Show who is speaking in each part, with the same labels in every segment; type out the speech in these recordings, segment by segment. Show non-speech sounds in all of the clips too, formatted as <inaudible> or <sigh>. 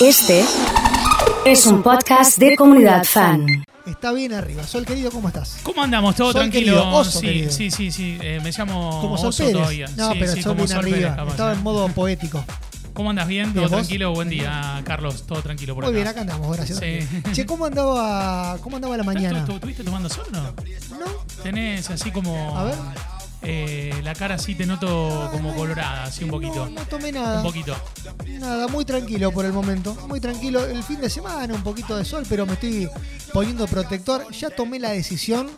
Speaker 1: Este es un podcast de comunidad fan.
Speaker 2: Está bien arriba. Sol querido, ¿cómo estás?
Speaker 3: ¿Cómo andamos? ¿Todo
Speaker 2: Sol
Speaker 3: tranquilo?
Speaker 2: querido, oso
Speaker 3: sí,
Speaker 2: querido.
Speaker 3: sí, sí, sí. Eh, me llamo
Speaker 2: Como Sol
Speaker 3: Oso
Speaker 2: Pérez.
Speaker 3: todavía.
Speaker 2: No,
Speaker 3: Sí,
Speaker 2: pero
Speaker 3: sí,
Speaker 2: Sol
Speaker 3: como
Speaker 2: bien
Speaker 3: Sol
Speaker 2: arriba.
Speaker 3: Pérez, capaz, ¿eh?
Speaker 2: Estaba
Speaker 3: ¿no?
Speaker 2: en modo poético.
Speaker 3: ¿Cómo andas bien?
Speaker 2: Bien,
Speaker 3: ¿Todo
Speaker 2: ¿vos?
Speaker 3: tranquilo? Buen día, Carlos. ¿Todo tranquilo por
Speaker 2: Muy
Speaker 3: acá?
Speaker 2: bien, acá andamos, gracias.
Speaker 3: Sí.
Speaker 2: Che, ¿cómo andaba, cómo andaba la mañana?
Speaker 3: ¿Tú- tú- ¿Estuviste tomando sol o no?
Speaker 2: No,
Speaker 3: Tenés así como...
Speaker 2: A ver.
Speaker 3: eh, la cara así te noto como colorada, así un poquito.
Speaker 2: no, no tomé
Speaker 3: Un
Speaker 2: nada.
Speaker 3: poquito.
Speaker 2: Nada, muy tranquilo por el momento. Muy tranquilo. El fin de semana, un poquito de sol, pero me estoy poniendo protector. Ya tomé la decisión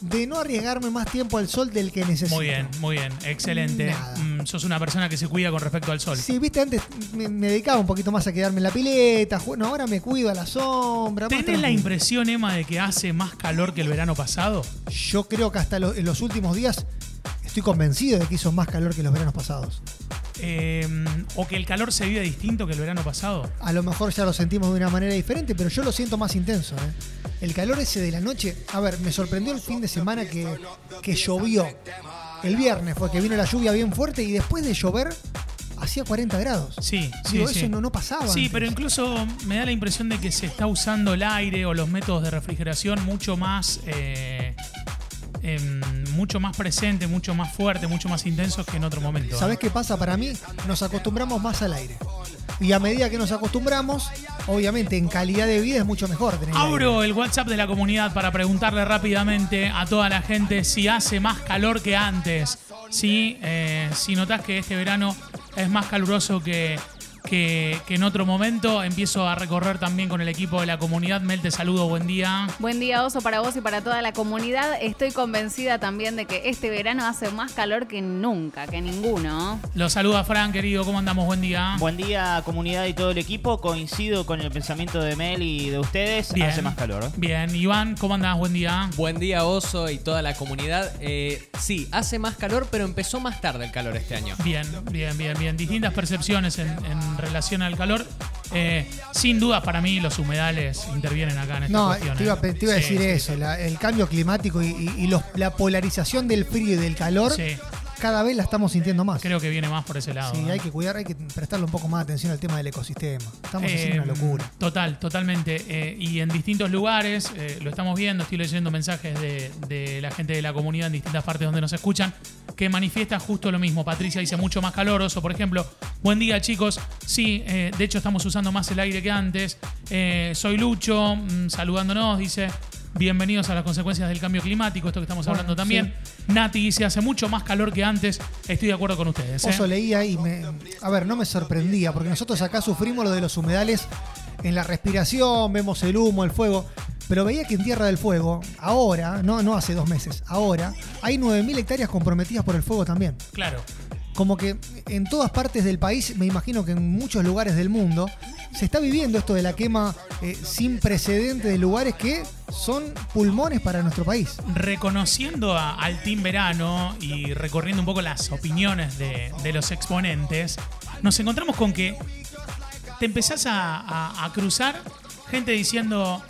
Speaker 2: de no arriesgarme más tiempo al sol del que necesito.
Speaker 3: Muy bien, muy bien. Excelente.
Speaker 2: Nada.
Speaker 3: Mm, sos una persona que se cuida con respecto al sol.
Speaker 2: Sí, viste, antes me, me dedicaba un poquito más a quedarme en la pileta. Bueno, ahora me cuido a la sombra. más
Speaker 3: ¿Tenés la
Speaker 2: tranquilo.
Speaker 3: impresión, Emma, de que hace más calor que el verano pasado?
Speaker 2: Yo creo que hasta lo- en los últimos días estoy convencido de que hizo más calor que los veranos pasados.
Speaker 3: Eh, ¿O que el calor se vive distinto que el verano pasado?
Speaker 2: A lo mejor ya lo sentimos de una manera diferente, pero yo lo siento más intenso. ¿eh? El calor ese de la noche, a ver, me sorprendió el fin de semana que, que llovió. El viernes fue que vino la lluvia bien fuerte y después de llover hacía 40 grados.
Speaker 3: Sí, sí,
Speaker 2: Digo,
Speaker 3: sí.
Speaker 2: eso no, no pasaba.
Speaker 3: Sí,
Speaker 2: antes.
Speaker 3: pero incluso me da la impresión de que se está usando el aire o los métodos de refrigeración mucho más, eh, em, mucho más presente, mucho más fuerte, mucho más intensos que en otro momento. ¿eh?
Speaker 2: ¿Sabés qué pasa? Para mí nos acostumbramos más al aire. Y a medida que nos acostumbramos, obviamente en calidad de vida es mucho mejor tener el aire.
Speaker 3: Abro el WhatsApp de la comunidad para preguntarle rápidamente a toda la gente si hace más calor que antes. Si, eh, si notás que este verano es más caluroso que, que, que en otro momento, empiezo a recorrer también con el equipo de la comunidad. Mel, te saludo, buen día.
Speaker 4: Buen día, Oso, para vos y para toda la comunidad. Estoy convencida también de que este verano hace más calor que nunca, que ninguno.
Speaker 3: Los saluda Fran, querido. ¿Cómo andamos? Buen día.
Speaker 5: Buen día, comunidad y todo el equipo. Coincido con el pensamiento de Mel y de ustedes.
Speaker 3: Bien.
Speaker 5: Hace más calor.
Speaker 3: Bien, Iván, ¿cómo andás? Buen día.
Speaker 6: Buen día, Oso y toda la comunidad. Eh, sí, hace más calor, pero empezó más tarde el calor este año.
Speaker 3: Bien, bien, bien, bien. Distintas percepciones en, en relación al calor. Eh, sin duda, para mí, los humedales intervienen acá en esta
Speaker 2: No,
Speaker 3: cuestión.
Speaker 2: te iba, a
Speaker 3: ¿eh?
Speaker 2: pe- te iba a
Speaker 3: Sí,
Speaker 2: decir
Speaker 3: sí,
Speaker 2: eso,
Speaker 3: sí.
Speaker 2: la- el cambio climático y, y- y los- la polarización del frío y del calor,
Speaker 3: Sí.
Speaker 2: cada vez la estamos sintiendo más.
Speaker 3: Creo que viene más por ese lado.
Speaker 2: Sí,
Speaker 3: ¿eh?
Speaker 2: hay que cuidar, hay que prestarle un poco más atención al tema del ecosistema. Estamos haciendo
Speaker 3: Eh,
Speaker 2: una locura.
Speaker 3: Total, totalmente. Eh, y en distintos lugares, eh, lo estamos viendo, estoy leyendo mensajes de, de la gente de la comunidad en distintas partes donde nos escuchan, que manifiesta justo lo mismo. Patricia dice mucho más caloroso, por ejemplo. Buen día, chicos. Sí, eh, de hecho estamos usando más el aire que antes. Eh, soy Lucho, mm, saludándonos, dice. Bienvenidos a las consecuencias del cambio climático, esto que estamos
Speaker 2: Bueno,
Speaker 3: hablando también. Nati dice, hace mucho más calor que antes. Estoy de acuerdo con ustedes. ¿eh?
Speaker 2: Oso leía y me. A ver, no me sorprendía, porque nosotros acá sufrimos lo de los humedales en la respiración, vemos el humo, el fuego. Pero veía que en Tierra del Fuego, ahora, no, no hace dos meses, ahora, hay 9.000 hectáreas comprometidas por el fuego también.
Speaker 3: Claro.
Speaker 2: como que en todas partes del país, me imagino que en muchos lugares del mundo, se está viviendo esto de la quema eh, sin precedente de lugares que son pulmones para nuestro país.
Speaker 3: reconociendo a- al Team Verano y recorriendo un poco las opiniones de, de los exponentes, nos encontramos con que te empezás a, a- a cruzar gente diciendo,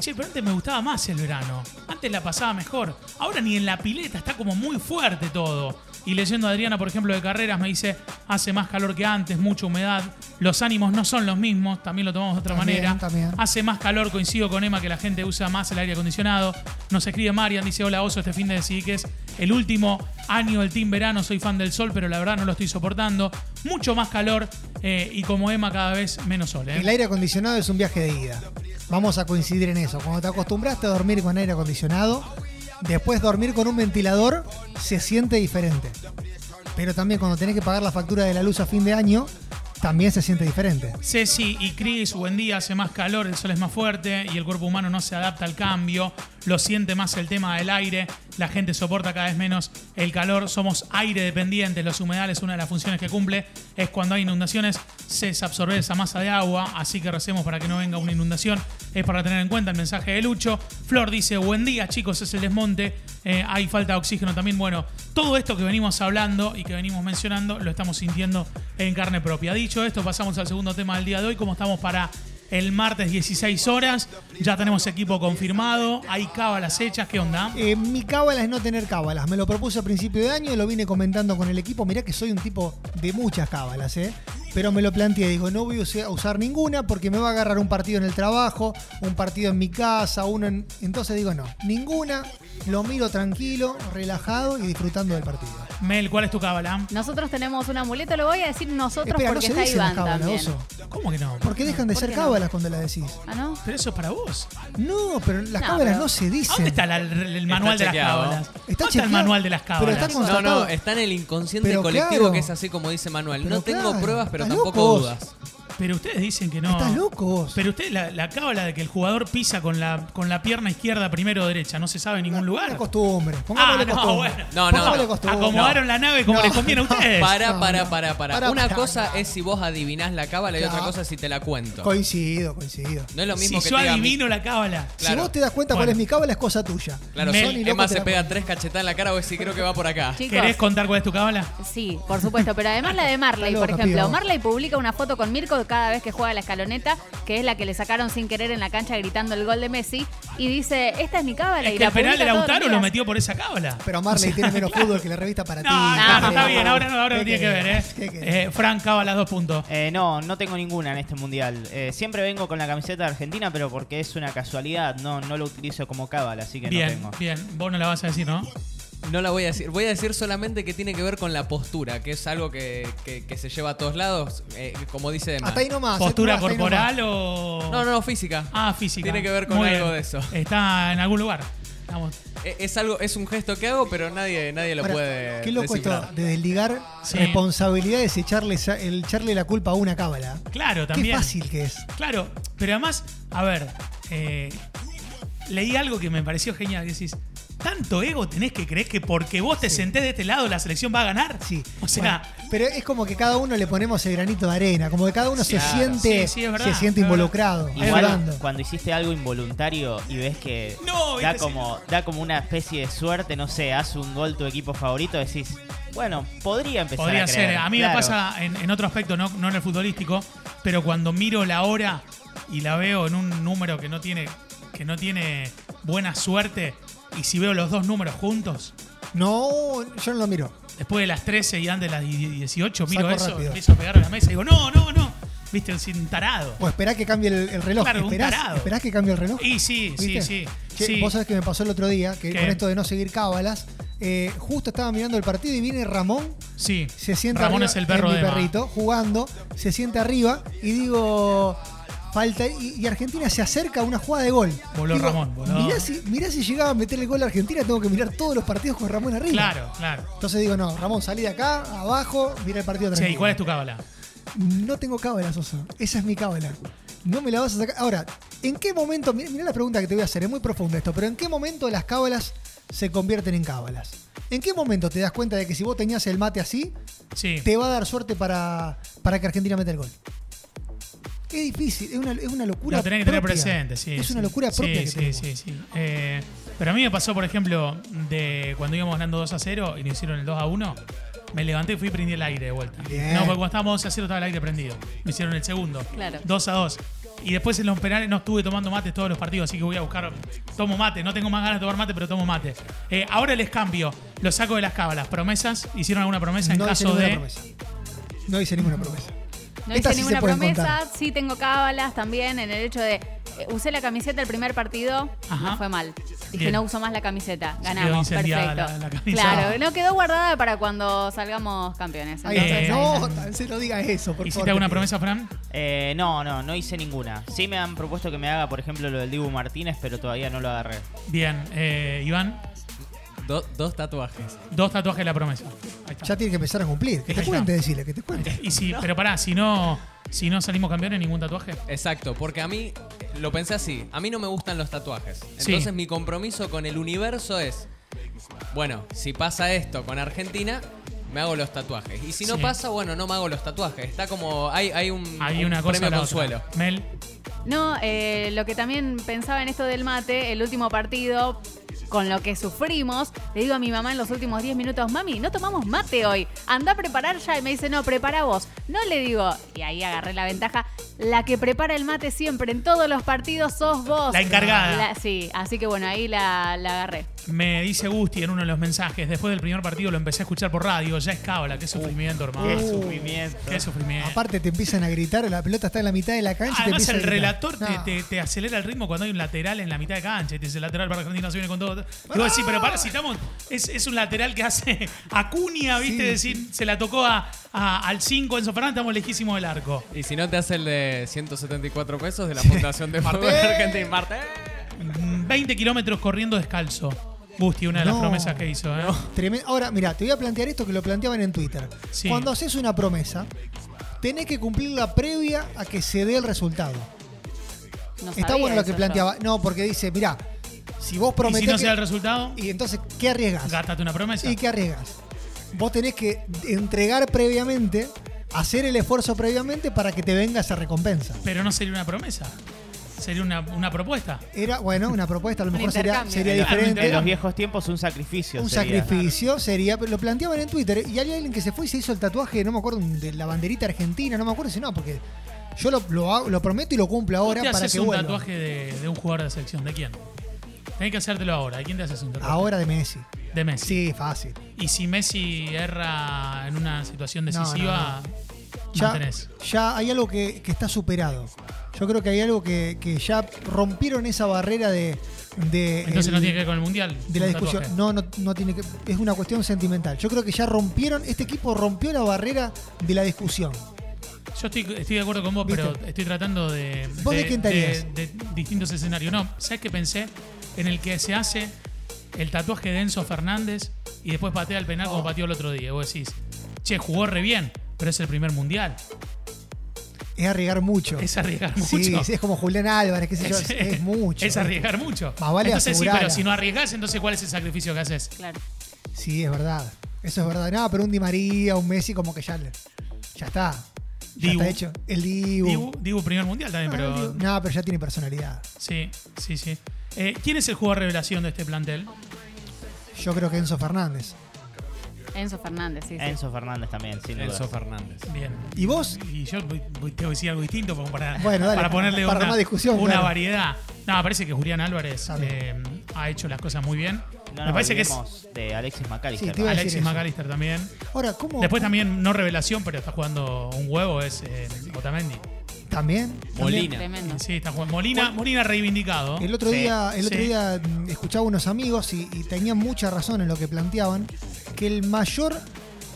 Speaker 3: che, pero antes me gustaba más el verano, antes la pasaba mejor, ahora ni en la pileta, está como muy fuerte todo. Y leyendo a Adriana, por ejemplo, de carreras, me dice, hace más calor que antes, mucha humedad, los ánimos no son los mismos, también lo tomamos de otra
Speaker 2: También,
Speaker 3: manera.
Speaker 2: también.
Speaker 3: Hace más calor, coincido con Emma, que la gente usa más el aire acondicionado. Nos escribe Marian, dice, hola Oso, este fin de decidí que es el último año del Team Verano, soy fan del sol, pero la verdad no lo estoy soportando. Mucho más calor eh, y como Emma cada vez menos sol. ¿eh?
Speaker 2: El aire acondicionado es un viaje de ida. Vamos a coincidir en eso. Cuando te acostumbraste a dormir con aire acondicionado, después dormir con un ventilador se siente diferente. Pero también cuando tenés que pagar la factura de la luz a fin de año, también se siente diferente.
Speaker 3: Ceci y Chris, buen día, hace más calor, el sol es más fuerte y el cuerpo humano no se adapta al cambio, lo siente más el tema del aire, la gente soporta cada vez menos el calor, somos aire dependientes, los humedales, una de las funciones que cumple es cuando hay inundaciones, se absorbe esa masa de agua, así que recemos para que no venga una inundación, es para tener en cuenta el mensaje de Lucho. Flor dice, buen día chicos, es el desmonte, eh, hay falta de oxígeno también, bueno, todo esto que venimos hablando y que venimos mencionando lo estamos sintiendo en carne propia. Dicho esto, pasamos al segundo tema del día de hoy, como estamos para el martes 16 horas, ya tenemos equipo confirmado, hay cábalas hechas, ¿qué onda?
Speaker 2: Eh, mi cábala es no tener cábalas. Me lo propuse a principio de año y lo vine comentando con el equipo. Mirá que soy un tipo de muchas cábalas, ¿eh? pero me lo planteé. Digo, no voy a usa- a usar ninguna porque me va a agarrar un partido en el trabajo, un partido en mi casa, uno en. Entonces digo, no, ninguna. Lo miro tranquilo, relajado y disfrutando del partido.
Speaker 3: Mel, ¿cuál es tu cábala?
Speaker 4: Nosotros tenemos un amuleto, lo voy a decir nosotros
Speaker 2: Espera, no
Speaker 4: porque
Speaker 2: se
Speaker 4: está
Speaker 2: dicen las
Speaker 4: Iván
Speaker 2: cábalas,
Speaker 4: también.
Speaker 2: oso.
Speaker 3: ¿Cómo que no?
Speaker 2: Porque dejan de
Speaker 4: ¿Por
Speaker 2: ser
Speaker 4: qué no?
Speaker 2: cábalas cuando las decís.
Speaker 4: ¿Ah, no?
Speaker 3: Pero eso es para vos.
Speaker 2: No, pero las
Speaker 4: No,
Speaker 2: cábalas
Speaker 4: pero-
Speaker 2: no se dicen.
Speaker 3: ¿A dónde está la- el manual de las
Speaker 6: chequeado.
Speaker 3: cábalas?
Speaker 2: Está
Speaker 3: ¿Dónde está el
Speaker 2: chequeado,
Speaker 3: manual de las
Speaker 2: pero
Speaker 3: cábalas?
Speaker 2: está con-
Speaker 6: No,
Speaker 2: Constatado.
Speaker 6: no, está en el inconsciente
Speaker 2: Pero
Speaker 6: colectivo
Speaker 2: claro.
Speaker 6: que es así como dice Manuel.
Speaker 2: Pero
Speaker 6: no tengo
Speaker 2: claro,
Speaker 6: pruebas, pero
Speaker 2: estás
Speaker 6: tampoco
Speaker 2: locos.
Speaker 6: dudas.
Speaker 3: Pero ustedes dicen que no.
Speaker 2: Estás loco vos.
Speaker 3: Pero usted, la, la cábala de que el jugador pisa con la, con la pierna izquierda primero o derecha, no se sabe en ningún
Speaker 2: Una-
Speaker 3: lugar.
Speaker 2: Una costumbre. Pongámosle
Speaker 3: Ah, no,
Speaker 2: costumbre.
Speaker 3: bueno.
Speaker 6: No, no,
Speaker 2: Pongámosle
Speaker 6: no.
Speaker 2: costumbre.
Speaker 3: Acomodaron la nave como
Speaker 2: No,
Speaker 3: les conviene a
Speaker 2: no.
Speaker 3: ustedes.
Speaker 6: Para,
Speaker 2: No,
Speaker 6: para,
Speaker 2: no.
Speaker 6: para, para.
Speaker 2: Pará,
Speaker 6: Una
Speaker 2: pará.
Speaker 6: cosa es si vos adivinás la cábala y otra
Speaker 2: Claro.
Speaker 6: cosa es si te la cuento.
Speaker 2: Coincido, coincido.
Speaker 6: No es lo mismo
Speaker 3: si
Speaker 6: que
Speaker 3: yo
Speaker 6: te diga a mí-
Speaker 3: adivino la cábala.
Speaker 6: Claro.
Speaker 2: Si vos te das cuenta cuál
Speaker 3: Bueno.
Speaker 2: es mi cábala, es cosa tuya.
Speaker 6: Claro,
Speaker 3: Mel,
Speaker 2: Sony, loco,
Speaker 6: es más,
Speaker 2: te
Speaker 6: se
Speaker 2: la
Speaker 6: pega
Speaker 2: pone.
Speaker 6: tres cachetadas en la cara, vos sí creo que va por acá.
Speaker 4: Chicos,
Speaker 3: ¿Querés contar cuál es tu cábala?
Speaker 4: Sí, por supuesto, pero
Speaker 2: <laughs>
Speaker 4: además la de Marley,
Speaker 2: Está
Speaker 4: por
Speaker 2: loca,
Speaker 4: ejemplo.
Speaker 2: piba.
Speaker 4: Marley publica una foto con Mirko cada vez que juega a la escaloneta, que es la que le sacaron sin querer en la cancha gritando el gol de Messi, y dice, esta es mi cábala.
Speaker 3: Es
Speaker 4: y
Speaker 3: que
Speaker 4: la
Speaker 3: el penal de
Speaker 4: publica todos los
Speaker 3: Lautaro lo
Speaker 4: días.
Speaker 3: metió por esa cábala.
Speaker 2: Pero Marley tiene
Speaker 3: <laughs>
Speaker 2: menos fútbol que la revista para
Speaker 3: No,
Speaker 2: ti.
Speaker 3: no,
Speaker 4: pero-
Speaker 3: está bien, ahora no, ahora no
Speaker 2: ¿Qué
Speaker 3: tiene que ver,
Speaker 2: querés? ¿Qué
Speaker 3: ¿eh?
Speaker 2: querés?
Speaker 3: eh Frank Cábala, dos puntos.
Speaker 5: Eh, no, no tengo ninguna en este mundial. Eh, siempre vengo con la camiseta de Argentina, pero porque es una casualidad. No, no lo utilizo como cábala, así que
Speaker 3: Bien,
Speaker 5: no tengo.
Speaker 3: bien. Vos no la vas a decir, ¿no?
Speaker 6: No la voy a decir. Voy a decir solamente que tiene que ver con la postura, que es algo que, que- que se lleva a todos lados, eh, como dice de
Speaker 2: Hasta ahí nomás.
Speaker 3: ¿Postura
Speaker 2: hasta ahí
Speaker 3: corporal
Speaker 2: nomás.
Speaker 3: o.?
Speaker 6: No, no, física.
Speaker 3: Ah, física.
Speaker 6: Tiene que ver con
Speaker 3: Muy
Speaker 6: algo
Speaker 3: bien.
Speaker 6: de eso.
Speaker 3: Está en algún lugar. Vamos.
Speaker 6: E- Es algo, es un gesto que hago, pero nadie, nadie lo
Speaker 2: Ahora,
Speaker 6: puede.
Speaker 2: Qué loco
Speaker 6: descifrar.
Speaker 2: esto de desligar
Speaker 3: Sí.
Speaker 2: responsabilidades y echarle, sa- el echarle la culpa a una cábala.
Speaker 3: Claro, también.
Speaker 2: Qué fácil que es.
Speaker 3: Claro, pero además, a ver, eh, leí algo que me pareció genial. que Decís, ¿tanto ego tenés que creer que porque vos te sentés de este lado la selección va a ganar?
Speaker 2: Sí.
Speaker 3: O sea,
Speaker 2: Bueno, pero es como que cada uno le ponemos el granito de arena, como que cada uno se
Speaker 6: claro.
Speaker 2: siente,
Speaker 3: Sí, sí, es verdad,
Speaker 2: se siente
Speaker 3: es verdad.
Speaker 2: involucrado,
Speaker 3: Es
Speaker 5: Igual
Speaker 2: ayudando.
Speaker 5: cuando hiciste algo involuntario y ves que
Speaker 3: No,
Speaker 5: da
Speaker 3: viste,
Speaker 5: como da como una especie de suerte, no sé, hace un gol tu equipo favorito, decís, bueno, podría empezar
Speaker 3: podría
Speaker 5: a
Speaker 3: ser.
Speaker 5: creer,
Speaker 3: A mí
Speaker 5: claro.
Speaker 3: me pasa en, en otro aspecto, no, no en el futbolístico, pero cuando miro la hora y la veo en un número que no tiene, que no tiene buena suerte, y si veo los dos números juntos,
Speaker 2: No, yo no lo miro.
Speaker 3: después de las 13 y antes de las 18, miro
Speaker 2: Saco
Speaker 3: eso,
Speaker 2: rápido.
Speaker 3: empiezo a pegar a la mesa y digo, no, no, no. Viste, el sin tarado.
Speaker 2: O esperá que cambie el, el reloj.
Speaker 3: Claro, un
Speaker 2: esperás,
Speaker 3: tarado.
Speaker 2: esperás que cambie el reloj.
Speaker 3: Y sí, sí,
Speaker 2: ¿Viste?
Speaker 3: sí.
Speaker 2: Che,
Speaker 3: sí.
Speaker 2: Vos sabés que me pasó el otro día, que
Speaker 3: ¿Qué?
Speaker 2: con esto de no seguir cábalas, eh, justo estaba mirando el partido y viene Ramón,
Speaker 3: Sí.
Speaker 2: se sienta
Speaker 3: Ramón
Speaker 2: arriba,
Speaker 3: es el perro
Speaker 2: mi
Speaker 3: de Emma.
Speaker 2: perrito, jugando, se sienta arriba y digo, falta, y, y Argentina se acerca a una jugada de gol.
Speaker 3: Voló
Speaker 2: Digo,
Speaker 3: Ramón, voló.
Speaker 2: Mirá si, mirá si llegaba a meter el gol a Argentina, tengo que mirar todos los partidos con Ramón arriba.
Speaker 3: Claro, claro.
Speaker 2: Entonces digo, no, Ramón, salí de acá, abajo, mira el partido
Speaker 3: Che,
Speaker 2: tranquilo.
Speaker 3: ¿y cuál es tu cábala?
Speaker 2: No tengo cábala, Soso. Esa es mi cábala. No me la vas a sacar. Ahora, ¿en qué momento? Mirá, mirá la pregunta que te voy a hacer, es muy profunda esto, pero ¿en qué momento las cábalas se convierten en cábalas? ¿En qué momento te das cuenta de que si vos tenías el mate así,
Speaker 3: Sí.
Speaker 2: te va a dar suerte para, para que Argentina meta el gol? Es difícil, es una, es una locura.
Speaker 3: Lo tenés que tener
Speaker 2: propia.
Speaker 3: presente, sí.
Speaker 2: Es una
Speaker 3: sí.
Speaker 2: locura propia
Speaker 3: Sí,
Speaker 2: que tenemos.
Speaker 3: sí, sí, sí. Eh, pero a mí me pasó, por ejemplo, de cuando íbamos ganando 2 a 0 y nos hicieron el 2 a 1. Me levanté y fui y prendí el aire de vuelta.
Speaker 2: Bien.
Speaker 3: No, porque cuando estábamos 11 a 0 estaba el aire prendido. Me hicieron el segundo.
Speaker 4: Claro.
Speaker 3: 2 a 2. Y después en los penales no estuve tomando mate todos los partidos, así que voy a buscar. Tomo mate, no tengo más ganas de tomar mate, pero tomo mate. Eh, ahora les cambio, lo saco de las cábalas. ¿Promesas? ¿Hicieron alguna promesa en
Speaker 2: No hice
Speaker 3: caso
Speaker 2: ninguna
Speaker 3: de.?
Speaker 2: promesa. No hice ninguna promesa.
Speaker 4: No
Speaker 2: Estas
Speaker 4: hice
Speaker 2: sí se
Speaker 4: ninguna
Speaker 2: pueden
Speaker 4: promesa,
Speaker 2: contar.
Speaker 4: sí tengo cábalas también en el hecho de eh, usé la camiseta el primer partido,
Speaker 3: Ajá.
Speaker 4: no fue mal. Dije,
Speaker 3: Bien.
Speaker 4: no uso más la camiseta,
Speaker 3: quedó
Speaker 4: ganamos,
Speaker 3: incendiada
Speaker 4: perfecto.
Speaker 3: la- la camisa.
Speaker 4: Claro, no quedó guardada para cuando salgamos campeones.
Speaker 2: Ahí
Speaker 4: Entonces,
Speaker 2: está.
Speaker 3: Eh,
Speaker 2: no, se no digas eso, por
Speaker 3: ¿Hiciste
Speaker 2: favor.
Speaker 3: alguna
Speaker 2: te pido.
Speaker 3: promesa, Fran?
Speaker 5: Eh, no, no, no hice ninguna. Sí me han propuesto que me haga, por ejemplo, lo del Dibu Martínez, pero todavía no lo agarré.
Speaker 3: Bien, eh, Iván,
Speaker 6: Do- dos tatuajes.
Speaker 3: dos tatuajes de la promesa. Ahí está.
Speaker 2: Ya tiene que empezar a cumplir. Que
Speaker 3: Ahí
Speaker 2: te
Speaker 3: está.
Speaker 2: cuente, decirle, que te cuente.
Speaker 3: Y si, pero pará, si no, si no salimos campeones, ningún tatuaje.
Speaker 6: Exacto, porque a mí lo pensé así. A mí no me gustan los tatuajes.
Speaker 3: Sí.
Speaker 6: Entonces mi compromiso con el universo es, bueno, si pasa esto con Argentina, me hago los tatuajes. Y si no
Speaker 3: Sí.
Speaker 6: pasa, bueno, no me hago los tatuajes. Está como hay hay un,
Speaker 3: Hay
Speaker 6: un
Speaker 3: una cosa.
Speaker 6: premio
Speaker 3: a la otra.
Speaker 6: consuelo.
Speaker 3: Mel,
Speaker 4: No, eh, lo que también pensaba en esto del mate, el último partido, con lo que sufrimos, le digo a mi mamá en los últimos 10 minutos, mami, no tomamos mate hoy, anda a preparar ya. Y me dice, no, prepara vos. No le digo, y ahí agarré la ventaja, la que prepara el mate siempre en todos los partidos sos vos.
Speaker 3: La encargada.
Speaker 4: La- sí, así que bueno, ahí la, la agarré.
Speaker 3: Me dice Gusti en uno de los mensajes, después del primer partido lo empecé a escuchar por radio, ya es cábala, qué sufrimiento, hermano.
Speaker 5: Qué sufrimiento.
Speaker 3: Qué sufrimiento.
Speaker 2: Uh. Aparte te empiezan a gritar, la pelota está en la mitad de la cancha. y te
Speaker 3: Además,
Speaker 2: empiezan
Speaker 3: el
Speaker 2: a gritar.
Speaker 3: relator te,
Speaker 2: No.
Speaker 3: te- te acelera el ritmo cuando hay un lateral en la mitad de cancha. Y te dice, el lateral para Argentina se viene con todo. Y vos decís, pero pará, si estamos... Es, es un lateral que hace <laughs> Acuña, ¿viste?
Speaker 2: Sí,
Speaker 3: Decir, se la tocó a, a- al 5 Enzo Fernández, estamos lejísimos del arco.
Speaker 6: Y si no te hace el de 174 pesos de la Fundación de Fútbol Argentina. Marte.
Speaker 3: Mm, 20 kilómetros corriendo descalzo. Busti, una de las
Speaker 2: No.
Speaker 3: promesas que hizo. ¿eh?
Speaker 2: Tremen- Ahora, mira, te voy a plantear esto que lo planteaban en Twitter.
Speaker 3: Sí.
Speaker 2: Cuando haces una promesa, tenés que cumplirla previa a que se dé el resultado.
Speaker 4: No
Speaker 2: Está
Speaker 4: sabía
Speaker 2: bueno lo
Speaker 4: eso
Speaker 2: que
Speaker 4: yo.
Speaker 2: planteaba. No, porque dice, mira, si vos
Speaker 3: Y
Speaker 2: prometés.
Speaker 3: si no
Speaker 2: que-
Speaker 3: se da el resultado,
Speaker 2: y entonces, ¿qué arriesgas?
Speaker 3: gástate una promesa.
Speaker 2: ¿Y qué arriesgas? Vos tenés que entregar previamente, hacer el esfuerzo previamente para que te venga esa recompensa.
Speaker 3: Pero no sería una promesa. Sería una, una propuesta.
Speaker 2: Era, bueno, una propuesta, a lo
Speaker 4: Un
Speaker 2: mejor sería,
Speaker 4: intercambio.
Speaker 2: sería
Speaker 5: En los-
Speaker 2: diferente.
Speaker 3: intercambio.
Speaker 5: En los viejos tiempos un sacrificio.
Speaker 2: Un
Speaker 5: sería.
Speaker 2: sacrificio sería, pero lo planteaban en Twitter. Y hay alguien que se fue y se hizo el tatuaje, no me acuerdo, de la banderita argentina, no me acuerdo si no, porque yo lo, lo hago- lo prometo y lo cumplo ahora
Speaker 3: ¿Te
Speaker 2: para
Speaker 3: haces
Speaker 2: que
Speaker 3: un
Speaker 2: vuelva.
Speaker 3: tatuaje de, de un jugador de sección? ¿De quién? Tenés que hacértelo ahora. ¿De quién te haces un tatuaje?
Speaker 2: Ahora de Messi.
Speaker 3: De Messi.
Speaker 2: Sí, fácil.
Speaker 3: Y si Messi erra en una situación
Speaker 2: no,
Speaker 3: decisiva,
Speaker 2: Ya,
Speaker 3: mantenés.
Speaker 2: ya hay algo que, que está superado. Yo creo que hay algo que, que ya rompieron esa barrera de. de
Speaker 3: Entonces no
Speaker 2: el-
Speaker 3: tiene que ver con el mundial.
Speaker 2: de la
Speaker 3: un
Speaker 2: discusión.
Speaker 3: tatuaje.
Speaker 2: No, no, no tiene que. Es una cuestión sentimental. Yo creo que ya rompieron. Este equipo rompió la barrera de la discusión.
Speaker 3: Yo estoy, estoy de acuerdo con vos,
Speaker 2: ¿Viste?
Speaker 3: pero estoy tratando de.
Speaker 2: ¿Vos de quién te
Speaker 3: de,
Speaker 2: harías?
Speaker 3: de distintos escenarios. No, ¿sabes qué pensé? En el que se hace el tatuaje de Enzo Fernández y después patea el penal
Speaker 2: Oh.
Speaker 3: como pateó el otro día. Vos decís, che, jugó re bien, pero es el primer mundial.
Speaker 2: Es arriesgar mucho.
Speaker 3: Es arriesgar mucho.
Speaker 2: Sí,
Speaker 3: <laughs>
Speaker 2: sí, es como Julián Álvarez, qué sé yo, es, es mucho.
Speaker 3: Es arriesgar mucho.
Speaker 2: Más vale
Speaker 3: entonces sí,
Speaker 2: asegurarla.
Speaker 3: pero si no arriesgas, entonces ¿cuál es el sacrificio que haces?
Speaker 4: Claro.
Speaker 2: Sí, es verdad. Eso es verdad. No, pero un Di María, un Messi, como que ya, le- ya está. Ya
Speaker 3: Dibu.
Speaker 2: está hecho. El Dibu.
Speaker 3: Dibu, Dibu primer mundial también,
Speaker 2: Ah, el
Speaker 3: pero.
Speaker 2: Dibu. No, pero ya tiene personalidad.
Speaker 3: Sí, sí, sí. Eh, ¿Quién es el jugador revelación de este plantel?
Speaker 2: Yo creo que Enzo Fernández.
Speaker 4: Enzo Fernández, sí, sí.
Speaker 5: Enzo Fernández también, sin duda.
Speaker 6: Enzo Fernández.
Speaker 3: Bien.
Speaker 2: ¿Y vos?
Speaker 3: Y yo voy- voy- tengo que decir algo distinto como para,
Speaker 2: Bueno, dale,
Speaker 3: para ponerle
Speaker 2: para
Speaker 3: una,
Speaker 2: armar discusión,
Speaker 3: una
Speaker 2: claro.
Speaker 3: variedad. No, me parece que Julián Álvarez
Speaker 2: Está bien.
Speaker 3: eh, ha hecho las cosas muy bien.
Speaker 5: No
Speaker 3: me
Speaker 5: nos
Speaker 3: parece que es
Speaker 5: olvidemos de Alexis McAllister.
Speaker 2: Sí, te iba a- decir
Speaker 3: Alexis
Speaker 2: eso. Oh.
Speaker 3: McAllister también.
Speaker 2: Ahora, ¿cómo?
Speaker 3: Después también, no revelación, pero está jugando un huevo, es eh, Otamendi.
Speaker 2: ¿También?
Speaker 6: Molina.
Speaker 4: Tremendo.
Speaker 3: Sí, está jugando. Molina, Molina reivindicado.
Speaker 2: El otro
Speaker 5: Sí,
Speaker 2: día, el otro
Speaker 3: sí.
Speaker 2: día mm, escuchaba unos amigos y, y tenían mucha razón en lo que planteaban, que el mayor,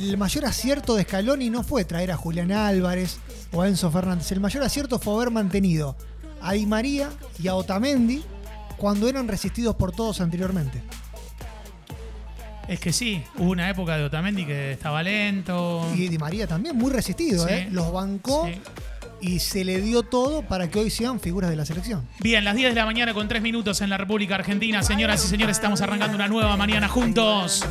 Speaker 2: el mayor acierto de Scaloni no fue traer a Julián Álvarez o a Enzo Fernández. El mayor acierto fue haber mantenido a Di María y a Otamendi cuando eran resistidos por todos anteriormente.
Speaker 3: Es que sí, hubo una época de Otamendi que estaba lento.
Speaker 2: Y Di María también, muy resistido,
Speaker 3: Sí.
Speaker 2: ¿eh? Los bancó
Speaker 3: Sí.
Speaker 2: y se le dio todo para que hoy sean figuras de la selección.
Speaker 3: Bien, las 10 de la mañana con 3 minutos en la República Argentina. Señoras y señores, estamos arrancando una nueva mañana juntos.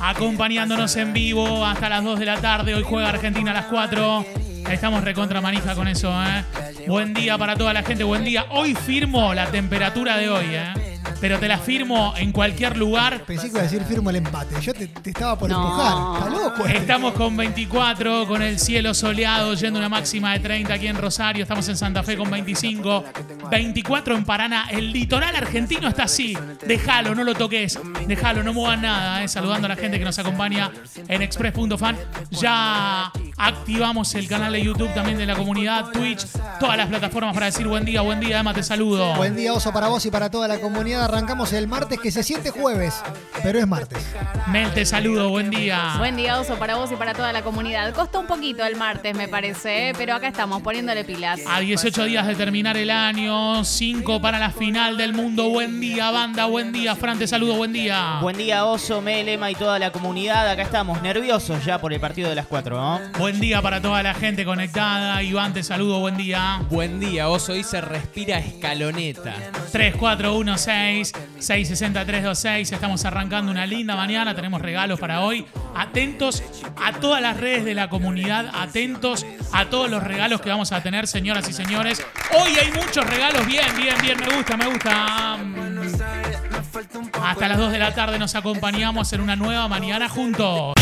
Speaker 3: Acompañándonos en vivo hasta las 2 de la tarde. Hoy juega Argentina a las 4. Estamos recontra manija con eso, ¿eh? Buen día para toda la gente, buen día. Hoy firmo la temperatura de hoy, ¿eh? Pero te la firmo en cualquier lugar.
Speaker 2: Pensé que iba a decir firmo el empate. Yo te, te estaba por
Speaker 4: No.
Speaker 2: empujar. Está loco este.
Speaker 3: Estamos con 24, con el cielo soleado, yendo una máxima de 30 aquí en Rosario. Estamos en Santa Fe con 25, 24 en Paraná. El litoral argentino está así. Déjalo, no lo toques. Déjalo, no muevas nada. eh. Saludando a la gente que nos acompaña en express.fan. Ya activamos el canal de YouTube también de la comunidad, Twitch, todas las plataformas para decir buen día, buen día. Emma, te saludo.
Speaker 2: Buen día, oso, para vos y para toda la comunidad. Arrancamos el martes, que se siente jueves, pero es martes.
Speaker 3: Mel, te saludo. Buen día.
Speaker 4: Buen día, Oso, para vos y para toda la comunidad. Costó un poquito el martes, me parece, ¿eh? pero acá estamos poniéndole pilas.
Speaker 3: A 18 días de terminar el año, 5 para la final del mundo. Buen día, banda, buen día. Fran, te saludo, buen día.
Speaker 5: Buen día, Oso, Melema y toda la comunidad. Acá estamos, nerviosos ya por el partido de las cuatro, ¿no?
Speaker 3: Buen día para toda la gente conectada. Iván, te saludo, buen día.
Speaker 6: Buen día, Oso. Hoy se respira escaloneta.
Speaker 3: 3416 660 326. Estamos arrancando una linda mañana. Tenemos regalos para hoy. Atentos a todas las redes de la comunidad. Atentos a todos los regalos que vamos a tener, señoras y señores. Hoy hay muchos regalos. Bien, bien, bien. Me gusta, me gusta. Hasta las 2 de la tarde nos acompañamos en una nueva mañana juntos.